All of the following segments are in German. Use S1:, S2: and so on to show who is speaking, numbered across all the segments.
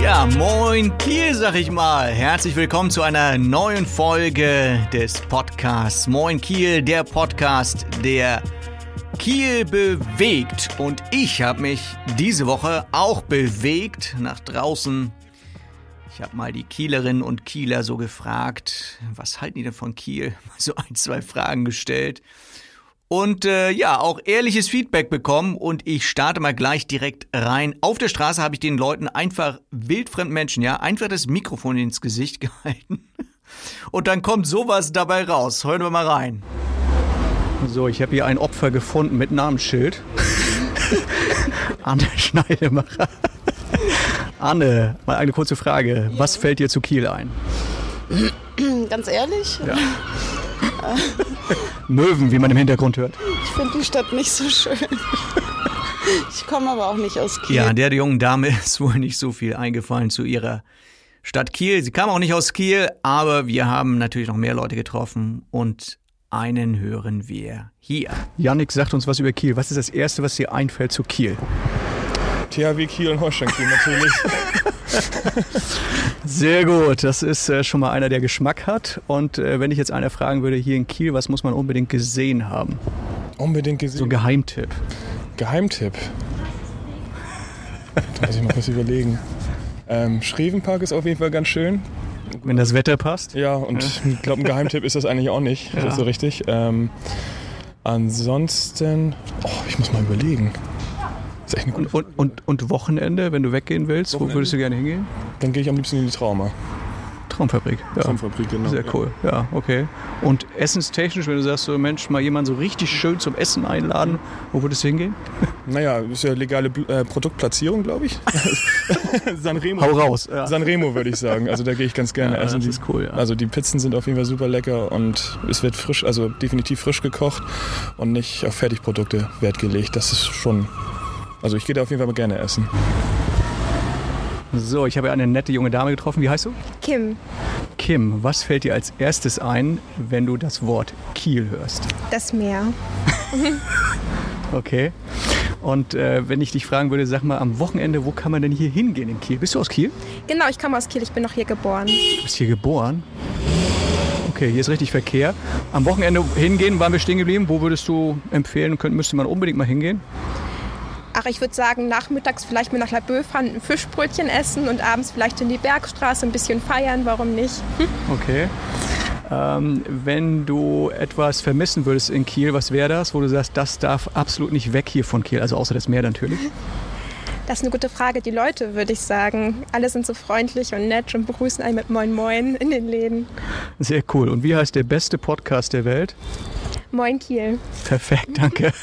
S1: Ja, moin Kiel, sag ich mal. Herzlich willkommen zu einer neuen Folge des Podcasts Moin Kiel, der Podcast, der Kiel bewegt. Und ich habe mich diese Woche auch bewegt nach draußen. Ich habe mal die Kielerinnen und Kieler so gefragt, was halten die denn von Kiel? So ein, zwei Fragen gestellt. Und äh, ja, auch ehrliches Feedback bekommen und ich starte mal gleich direkt rein. Auf der Straße habe ich den Leuten einfach wildfremden Menschen, ja, einfach das Mikrofon ins Gesicht gehalten. Und dann kommt sowas dabei raus. Hören wir mal rein. So, ich habe hier ein Opfer gefunden mit Namensschild. Anne Schneidemacher. Anne, mal eine kurze Frage. Was fällt dir zu Kiel ein?
S2: Hm, Ganz ehrlich,
S1: Möwen, wie man im Hintergrund hört.
S2: ich finde die Stadt nicht so schön. Ich komme aber auch nicht aus Kiel.
S1: Ja, der jungen Dame ist wohl nicht so viel eingefallen zu ihrer Stadt Kiel. Sie kam auch nicht aus Kiel, aber wir haben natürlich noch mehr Leute getroffen und einen hören wir hier. Yannick sagt uns was über Kiel. Was ist das Erste, was dir einfällt zu Kiel?
S3: THW Kiel und Holstein Kiel natürlich.
S1: Sehr gut, das ist äh, schon mal einer, der Geschmack hat. Und äh, wenn ich jetzt einer fragen würde, hier in Kiel, was muss man unbedingt gesehen haben?
S3: Unbedingt
S1: So ein
S3: gesehen.
S1: Geheimtipp.
S3: Geheimtipp. Da muss ich mal kurz überlegen. Ähm, Schrevenpark ist auf jeden Fall ganz schön.
S1: Wenn das Wetter passt.
S3: Ja, und ich glaube, ein Geheimtipp ist das eigentlich auch nicht so richtig. Ähm, ansonsten, oh, ich muss mal überlegen. Ist echt eine gute
S1: Und, und, und, und Wochenende, wenn du weggehen willst, wo
S3: Wochenende?
S1: würdest du gerne hingehen?
S3: Dann gehe ich am liebsten in die Trauma.
S1: Traumfabrik. Ja.
S3: Traumfabrik, genau.
S1: Sehr cool, ja, okay. Und essenstechnisch, wenn du sagst, so Mensch, mal jemanden so richtig schön zum Essen einladen, wo würdest du hingehen?
S3: Naja, ist ja legale Bl- äh, Produktplatzierung, glaube ich. Sanremo.
S1: Hau raus. Ja.
S3: Sanremo würde ich sagen. Also da gehe ich ganz gerne
S1: Ja,
S3: essen.
S1: das ist cool, ja.
S3: Also die Pizzen sind auf jeden Fall super lecker und es wird frisch, also definitiv frisch gekocht und nicht auf Fertigprodukte Wert gelegt. Das ist schon. Also ich gehe da auf jeden Fall mal gerne essen.
S1: So, ich habe eine nette junge Dame getroffen. Wie heißt du?
S4: Kim,
S1: Kim, was fällt dir als erstes ein, wenn du das Wort Kiel hörst?
S4: das Meer.
S1: Okay. Und äh, wenn ich dich fragen würde, sag mal am Wochenende, wo kann man denn hier hingehen in Kiel? Bist du aus Kiel?
S4: Genau, ich komme aus Kiel, ich bin noch hier geboren.
S1: Du bist hier geboren. Okay, hier ist richtig Verkehr. Am Wochenende hingehen, waren wir stehen geblieben. Wo würdest du empfehlen, könnte, müsste man unbedingt mal hingehen?
S4: Ach, ich würde sagen, nachmittags vielleicht mal nach Laboe fahren, ein Fischbrötchen essen und abends vielleicht in die Bergstraße ein bisschen feiern, warum nicht?
S1: Okay. Ähm, wenn du etwas vermissen würdest in Kiel, was wäre das, wo du sagst, das darf absolut nicht weg hier von Kiel, also außer das Meer natürlich?
S4: Das ist eine gute Frage. Die Leute, würde ich sagen. Alle sind so freundlich und nett und begrüßen einen mit Moin Moin in den Läden.
S1: Sehr cool. Und wie heißt der beste Podcast der Welt?
S4: Moin Kiel.
S1: Perfekt, danke.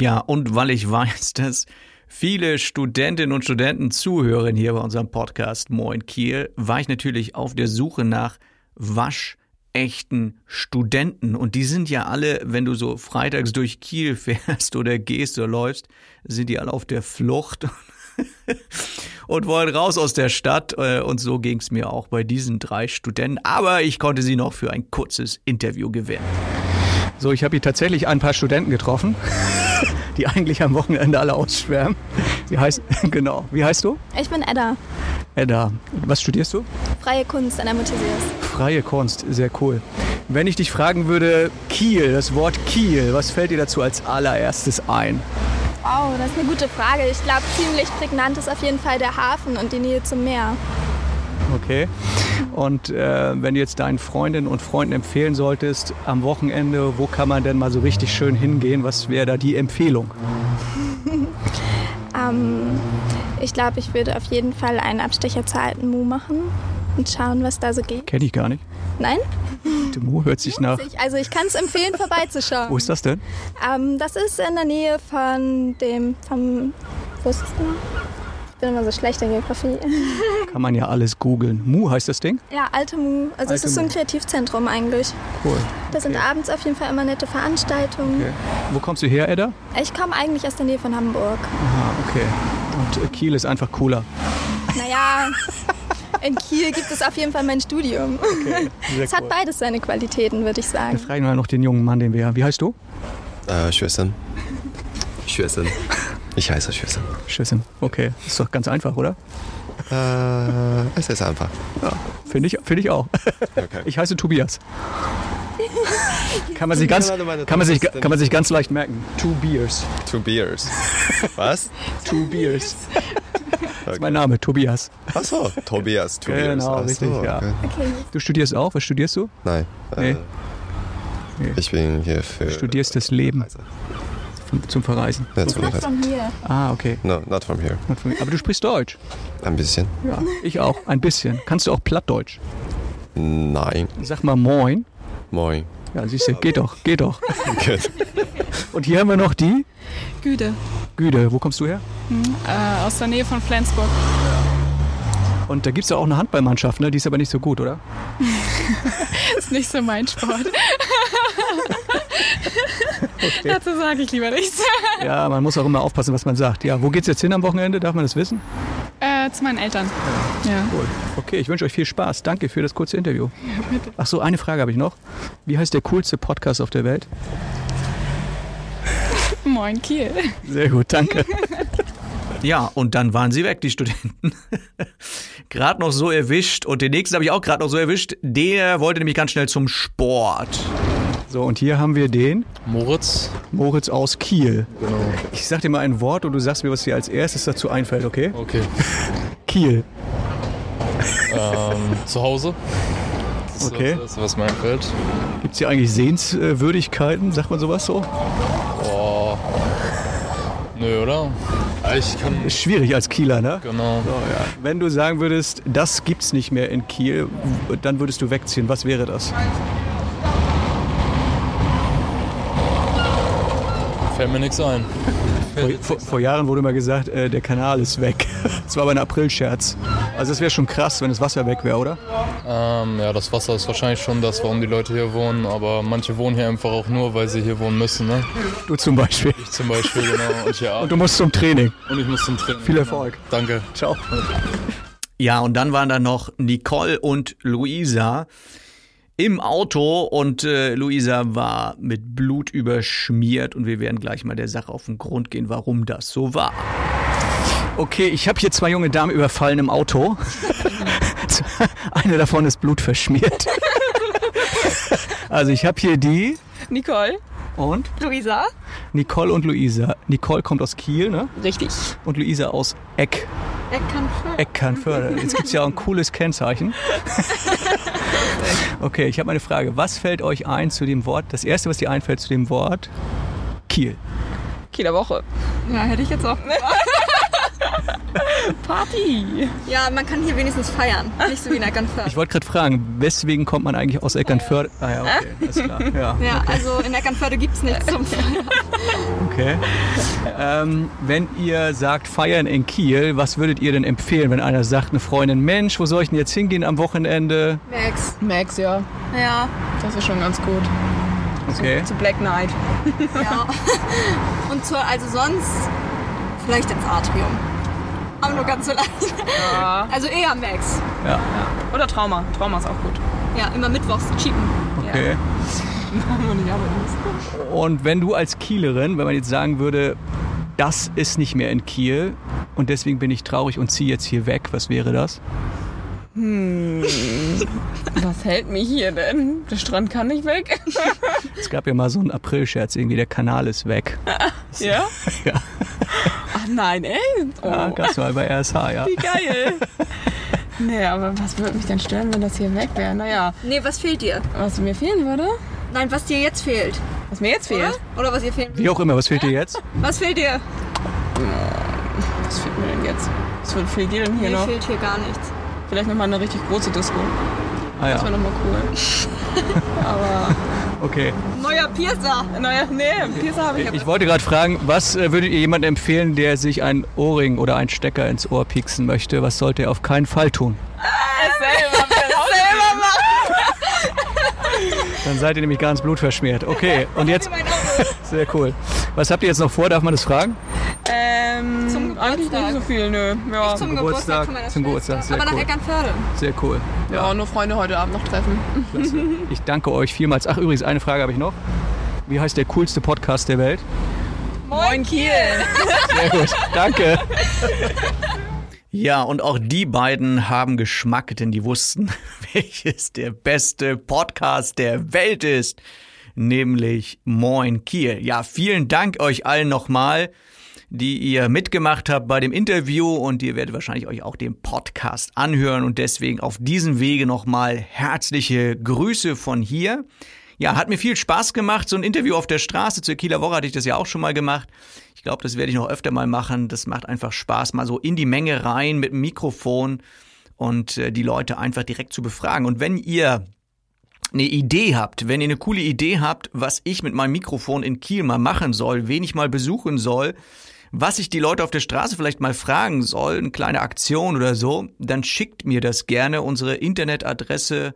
S1: Ja, und weil ich weiß, dass viele Studentinnen und Studenten zuhören hier bei unserem Podcast Moin Kiel, war ich natürlich auf der Suche nach waschechten Studenten. Und die sind ja alle, wenn du so freitags durch Kiel fährst oder gehst oder läufst, sind die alle auf der Flucht und wollen raus aus der Stadt. Äh, Und so ging es mir auch bei diesen drei Studenten. Aber ich konnte sie noch für ein kurzes Interview gewinnen. So, ich habe hier tatsächlich ein paar Studenten getroffen, die eigentlich am Wochenende alle ausschwärmen. Wie heißt, genau, wie heißt du?
S5: Ich bin Edda,
S1: Edda. Was studierst du?
S5: freie Kunst an der Mutter-Sees.
S1: Freie Kunst, sehr cool. Wenn ich dich fragen würde, Kiel, das Wort Kiel, was fällt dir dazu als allererstes ein?
S5: Wow, das ist eine gute Frage. Ich glaube, ziemlich prägnant ist auf jeden Fall der Hafen und die Nähe zum Meer.
S1: Okay. Und äh, wenn du jetzt deinen Freundinnen und Freunden empfehlen solltest, am Wochenende, wo kann man denn mal so richtig schön hingehen? Was wäre da die Empfehlung?
S5: Ähm, ich glaube, ich würde auf jeden Fall einen Abstecher zur alten Mu machen und schauen, was da so geht.
S1: Kenne ich gar nicht.
S5: Nein?
S1: Die Mu hört sich nach.
S5: Ich, also ich kann es empfehlen, vorbeizuschauen.
S1: Wo ist das denn?
S5: Ähm, das ist in der Nähe von dem, vom, wo ist das denn? Ich bin immer so schlecht in Geografie.
S1: Kann man ja alles googeln. Mu heißt das Ding?
S5: Ja, alte Mu. Also es
S1: Alte
S5: ist so ein
S1: Mu.
S5: Kreativzentrum eigentlich.
S1: Cool.
S5: Da sind abends auf jeden Fall immer nette Veranstaltungen.
S1: Okay. Wo kommst du her, Edda?
S5: Ich komme eigentlich aus der Nähe von Hamburg.
S1: Ah, okay. Und äh, Kiel ist einfach cooler.
S5: Naja, in Kiel gibt es auf jeden Fall mein Studium. Es hat beides seine Qualitäten, würde ich sagen.
S1: Fragen wir noch den jungen Mann, den wir haben. Wie heißt du?
S6: Äh, Schwestern. Schwestern. Ich heiße Schwestern.
S1: Schüssen. Okay. Ist doch ganz einfach, oder?
S6: Äh, es ist einfach.
S1: Finde ich, finde ich auch. Ich heiße Tobias. Kann man sich ganz,
S6: warte, warte,
S1: kann man sich,
S6: das ist
S1: kann man sich ganz leicht merken. Two Beers.
S6: Two beers. Was?
S1: Two Beers. Das
S6: Okay.
S1: ist mein Name, Tobias.
S6: Achso, Tobias. Two beers.
S1: Genau,
S6: Ach so,
S1: richtig, ja.
S6: okay.
S5: Okay.
S1: Du studierst auch? Was studierst du?
S6: Nein. Äh,
S1: Nee. Nee.
S6: Ich bin hier für.
S1: Du studierst das Leben
S6: Also,
S1: vom- zum Verreisen.
S6: ja, zum
S5: Not from
S6: Reisen.
S5: here.
S1: Ah, okay.
S6: No, not from here.
S1: Aber du sprichst Deutsch.
S6: Ein bisschen.
S1: Ja, ich auch. Ein bisschen. Kannst du auch Plattdeutsch?
S6: Nein.
S1: Sag mal Moin.
S6: Moin.
S1: Ja, siehst du, geht doch, geht doch.
S6: Gut.
S1: Und hier haben wir noch die
S2: Güde.
S1: Güde. Wo kommst du her?
S2: Äh, aus der Nähe von Flensburg.
S1: Und da gibt es ja auch eine Handballmannschaft, ne? Die ist aber nicht so gut, oder?
S2: Ist nicht so mein Sport. Dazu sage ich lieber nichts.
S1: Ja, man muss auch immer aufpassen, was man sagt. Ja, wo geht's jetzt hin am Wochenende? Darf man das wissen?
S2: Äh, zu meinen Eltern. Ja.
S1: Cool. Okay, ich wünsche euch viel Spaß. Danke für das kurze Interview. Ach so, eine Frage habe ich noch. Wie heißt der coolste Podcast auf der Welt?
S2: Moin Kiel.
S1: Sehr gut, danke. Ja, und dann waren sie weg, die Studenten. gerade noch so erwischt. Und den nächsten habe ich auch gerade noch so erwischt. Der wollte nämlich ganz schnell zum Sport. So, und hier haben wir den
S7: Moritz,
S1: Moritz aus Kiel. Genau. Ich sag dir mal ein Wort und du sagst mir, was dir als erstes dazu einfällt, okay?
S7: okay.
S1: Kiel.
S7: ähm, zu Hause. Das ist
S1: Okay.
S7: Das, Erste, was mir einfällt.
S1: Gibt es hier eigentlich Sehenswürdigkeiten? Sagt man sowas so?
S7: Boah. Nö, oder? Ja, Ich kann.
S1: Ist schwierig als Kieler, ne?
S7: Genau.
S1: Wenn du sagen würdest, das gibt's nicht mehr in Kiel, dann würdest du wegziehen. Was wäre das?
S7: Fällt mir nichts ein.
S1: Vor, vor, vor Jahren wurde mal gesagt, äh, der Kanal ist weg. Das war aber ein Aprilscherz. Also es wäre schon krass, wenn das Wasser weg wäre, oder?
S7: Ähm, ja, das Wasser ist wahrscheinlich schon das, warum die Leute hier wohnen. Aber manche wohnen hier einfach auch nur, weil sie hier wohnen müssen. Ne?
S1: Du zum Beispiel.
S7: Ich zum Beispiel, genau. Und hier
S1: Und
S7: ab.
S1: du musst zum Training.
S7: Und ich muss zum Training.
S1: Viel
S7: genau.
S1: Erfolg.
S7: Danke.
S1: Ciao. Ja, und dann waren da noch Nicole und Luisa im Auto und äh, Luisa war mit Blut überschmiert und wir werden gleich mal der Sache auf den Grund gehen, warum das so war. Okay, ich habe hier zwei junge Damen überfallen im Auto. Eine davon ist blutverschmiert. Also ich habe hier die
S2: Nicole.
S1: und
S2: Luisa.
S1: Nicole und Luisa. Nicole kommt aus Kiel, ne?
S2: Richtig.
S1: Und Luisa aus Eck.
S2: Er kann schön.
S1: Eckernförde. Jetzt gibt es ja auch ein cooles Kennzeichen. Okay, ich habe eine Frage. Was fällt euch ein zu dem Wort, das erste, was dir einfällt zu dem Wort Kiel?
S2: Kieler Woche. Ja, hätte ich jetzt auch. Party.
S8: Ja, man kann hier wenigstens feiern. Nicht so wie in Eckernförde.
S1: Ich wollte gerade fragen, weswegen kommt man eigentlich aus Eckernförde? Ah ja, okay, alles klar. Ja,
S8: Ja, also in Eckernförde gibt es nichts zum Feiern.
S1: okay. Ähm, wenn ihr sagt Feiern in Kiel, was würdet ihr denn empfehlen, wenn einer sagt, eine Freundin, Mensch, wo soll ich denn jetzt hingehen am Wochenende?
S8: Max.
S2: Max, ja.
S8: Ja.
S2: Das ist schon ganz gut.
S1: Okay.
S2: Zu Black Knight.
S8: ja. Und zur, also sonst vielleicht ins Atrium. Aber nur ganz so leicht. Also eher Max.
S2: Oder Trauma. Trauma ist auch gut.
S8: Ja, immer mittwochs cheapen.
S1: Okay. Und wenn du als Kielerin, wenn man jetzt sagen würde, das ist nicht mehr in Kiel und deswegen bin ich traurig und ziehe jetzt hier weg, was wäre das?
S2: Was hält mich hier denn? Der Strand kann nicht weg.
S1: Es gab ja mal so einen Aprilscherz, irgendwie der Kanal ist weg.
S2: Ja?
S1: Ja.
S2: Ach nein, ey. Oh,
S1: Ja, gab's mal bei RSH, ja.
S2: wie geil. Nee, aber was würde mich denn stören, wenn das hier weg wäre? Naja,
S8: Nee, was fehlt dir?
S2: was mir fehlen würde?
S8: Nein, was dir jetzt fehlt.
S2: Was mir jetzt
S8: Oder?
S2: fehlt?
S8: Oder was ihr fehlen
S1: Wie auch immer, was fehlt dir jetzt?
S8: Was fehlt dir?
S2: Oh, Was fehlt mir denn jetzt? Was wird- fehlt dir denn hier
S8: Mir
S2: noch?
S8: fehlt hier gar nichts.
S2: Vielleicht nochmal eine richtig große Disco.
S1: Ah
S2: Das
S1: ja,
S2: wäre nochmal cool.
S1: okay.
S8: Neuer Piercer.
S2: Naja, nee, Pizza habe ich aber.
S1: Ich wollte gerade fragen, was äh, würdet ihr jemandem empfehlen, der sich einen Ohrring oder einen Stecker ins Ohr pieksen möchte? Was sollte er auf keinen Fall tun? Dann seid ihr nämlich ganz blutverschmiert. Okay, und jetzt... Sehr cool. Was habt ihr jetzt noch vor? Darf man das fragen?
S2: Ähm,
S8: Zum
S2: eigentlich
S8: Geburtstag.
S2: nicht so viel, nö. Ja.
S8: Zum
S1: Geburtstag,
S8: Geburtstag von meiner
S1: zum Geburtstag,
S8: Schwester.
S1: sehr
S8: Aber nach
S1: cool.
S8: Eckernförde.
S1: Sehr cool.
S2: ja, nur Freunde heute Abend noch treffen.
S1: Ich danke euch vielmals. Ach, übrigens, eine Frage habe ich noch. Wie heißt der coolste Podcast der Welt?
S2: Moin Kiel!
S1: Sehr gut. Danke. Ja, und auch die beiden haben Geschmack, denn die wussten, welches der beste Podcast der Welt ist, nämlich Moin Kiel. Ja, vielen Dank euch allen nochmal, die ihr mitgemacht habt bei dem Interview und ihr werdet wahrscheinlich euch auch den Podcast anhören und deswegen auf diesem Wege nochmal herzliche Grüße von hier. Ja, hat mir viel Spaß gemacht. So ein Interview auf der Straße zur Kieler Woche hatte ich das ja auch schon mal gemacht. Ich glaube, das werde ich noch öfter mal machen. Das macht einfach Spaß, mal so in die Menge rein mit dem Mikrofon und äh, die Leute einfach direkt zu befragen. Und wenn ihr eine Idee habt, wenn ihr eine coole Idee habt, was ich mit meinem Mikrofon in Kiel mal machen soll, wen ich mal besuchen soll, was ich die Leute auf der Straße vielleicht mal fragen soll, eine kleine Aktion oder so, dann schickt mir das gerne. Unsere Internetadresse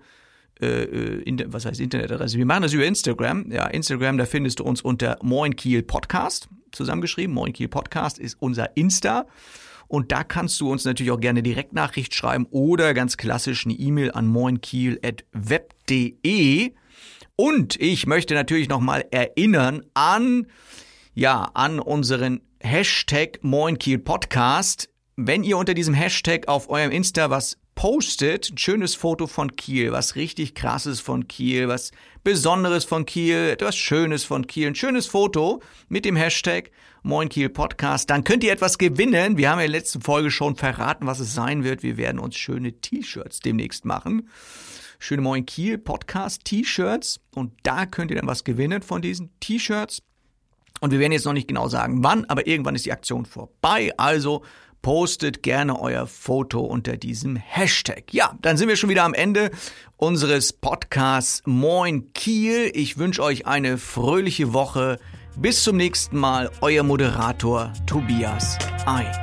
S1: äh, äh, Inter- was heißt Internetadresse? Wir machen das über Instagram. Ja, Instagram, da findest du uns unter Moin Kiel Podcast zusammengeschrieben. Moin Kiel Podcast ist unser Insta. Und da kannst du uns natürlich auch gerne Direktnachricht schreiben oder ganz klassisch eine E-Mail an moinkiel.web.de. Und ich möchte natürlich nochmal erinnern an ja, an unseren Hashtag MoinKielPodcast. Wenn ihr unter diesem Hashtag auf eurem Insta was postet, ein schönes Foto von Kiel, was richtig krasses von Kiel, was Besonderes von Kiel, etwas Schönes von Kiel, ein schönes Foto mit dem Hashtag MoinKielPodcast, dann könnt ihr etwas gewinnen. Wir haben ja in der letzten Folge schon verraten, was es sein wird. Wir werden uns schöne T-Shirts demnächst machen schöne Moin Kiel Podcast T-Shirts und da könnt ihr dann was gewinnen von diesen T-Shirts. Und wir werden jetzt noch nicht genau sagen, wann, aber irgendwann ist die Aktion vorbei. Also postet gerne euer Foto unter diesem Hashtag. Ja, dann sind wir schon wieder am Ende unseres Podcasts Moin Kiel. Ich wünsche euch eine fröhliche Woche. Bis zum nächsten Mal, euer Moderator Tobias Ein.